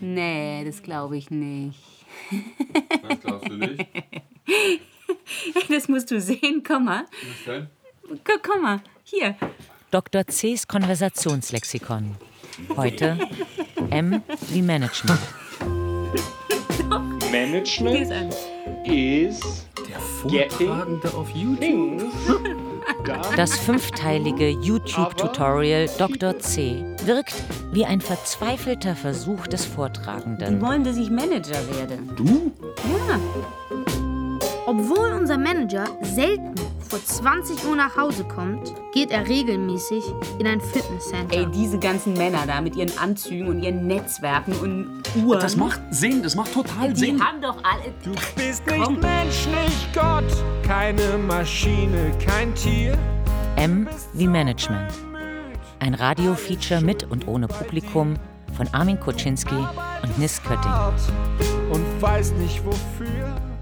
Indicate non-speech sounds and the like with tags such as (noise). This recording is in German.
Nee, das glaube ich nicht. Das glaubst du nicht? (laughs) Das musst du sehen, komm mal. Was denn? Guck, komm mal, hier. Dr. C.'s Konversationslexikon. Heute M wie Management. Hier ist Management ein. is Der Vortragende auf YouTube. things done Das fünfteilige YouTube-Tutorial Dr. C. wirkt wie ein verzweifelter Versuch des Die Vortragenden. wollen, dass ich Manager werde. Du? Ja. Obwohl unser Manager selten vor 20 Uhr nach Hause kommt, geht er regelmäßig in ein Fitnesscenter. Ey, diese ganzen Männer da mit ihren Anzügen und ihren Netzwerken und Uhren. Das macht Sinn, das macht total die Sinn. haben doch alle. Du bist nicht Mensch, nicht Gott, keine Maschine, kein Tier. M wie Management. Ein Radiofeature mit und ohne Publikum von Armin Kuczynski und Nis Kötting. Und weiß nicht wofür.